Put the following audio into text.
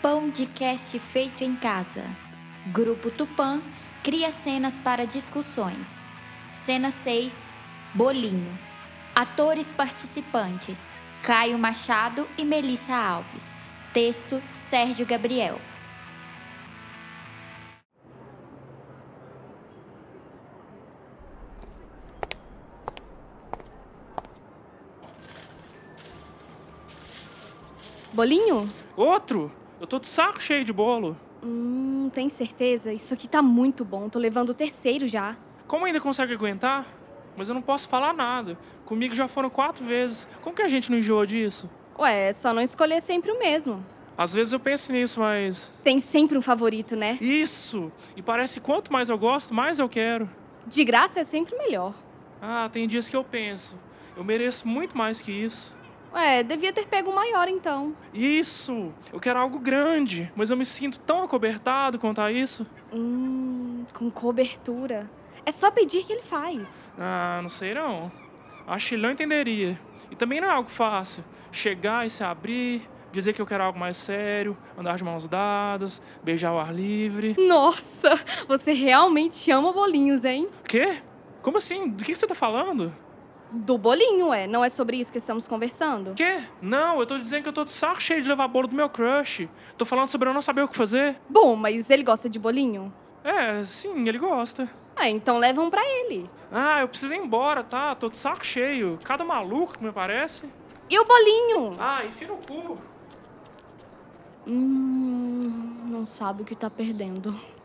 Pão de cast feito em casa. Grupo Tupã cria cenas para discussões. Cena 6: Bolinho. Atores participantes: Caio Machado e Melissa Alves. Texto: Sérgio Gabriel. Bolinho? Outro? Eu tô de saco cheio de bolo. Hum, tem certeza? Isso aqui tá muito bom. Tô levando o terceiro já. Como ainda consegue aguentar? Mas eu não posso falar nada. Comigo já foram quatro vezes. Como que a gente não enjoa disso? Ué, é só não escolher sempre o mesmo. Às vezes eu penso nisso, mas. Tem sempre um favorito, né? Isso! E parece que quanto mais eu gosto, mais eu quero. De graça é sempre melhor. Ah, tem dias que eu penso. Eu mereço muito mais que isso. Ué, devia ter pego o maior então. Isso! Eu quero algo grande, mas eu me sinto tão acobertado quanto a isso. Hum, com cobertura. É só pedir que ele faz. Ah, não sei não. Acho que ele não entenderia. E também não é algo fácil. Chegar e se abrir, dizer que eu quero algo mais sério, andar de mãos dadas, beijar ao ar livre. Nossa, você realmente ama bolinhos, hein? Quê? Como assim? Do que que você tá falando? Do bolinho, ué. Não é sobre isso que estamos conversando? Quê? Não, eu tô dizendo que eu tô de saco cheio de levar bolo do meu crush. Tô falando sobre eu não saber o que fazer. Bom, mas ele gosta de bolinho? É, sim, ele gosta. Ah, então leva um pra ele. Ah, eu preciso ir embora, tá? Tô de saco cheio. Cada maluco, me parece. E o bolinho? Ah, enfia no cu. Hum, não sabe o que tá perdendo.